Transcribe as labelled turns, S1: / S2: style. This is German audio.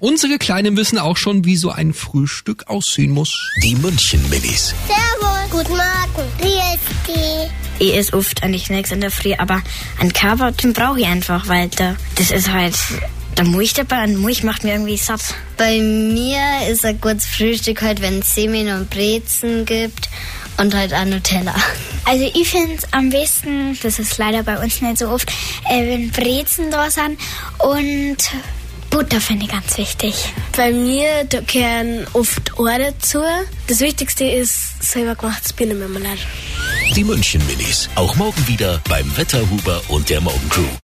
S1: Unsere Kleinen wissen auch schon, wie so ein Frühstück aussehen muss.
S2: Die München Minis.
S3: Servus. Guten Morgen. Grüß
S4: Ich esse eh oft eigentlich nichts in der Früh, aber einen Kaber, den brauche ich einfach, weil da, das ist halt, der Mulch dabei und Mulch macht mir irgendwie satt.
S5: Bei mir ist ein gutes Frühstück halt, wenn es Semen und Brezen gibt und halt auch Nutella.
S6: Also ich finde es am besten, das ist leider bei uns nicht so oft, äh, wenn Brezen da sind und Butter finde ich ganz wichtig.
S7: Bei mir da gehören oft Ohren dazu. Das Wichtigste ist selber gemachtes Bienenmarmelade.
S2: Die München Minis. Auch morgen wieder beim Wetterhuber und der Morgencrew.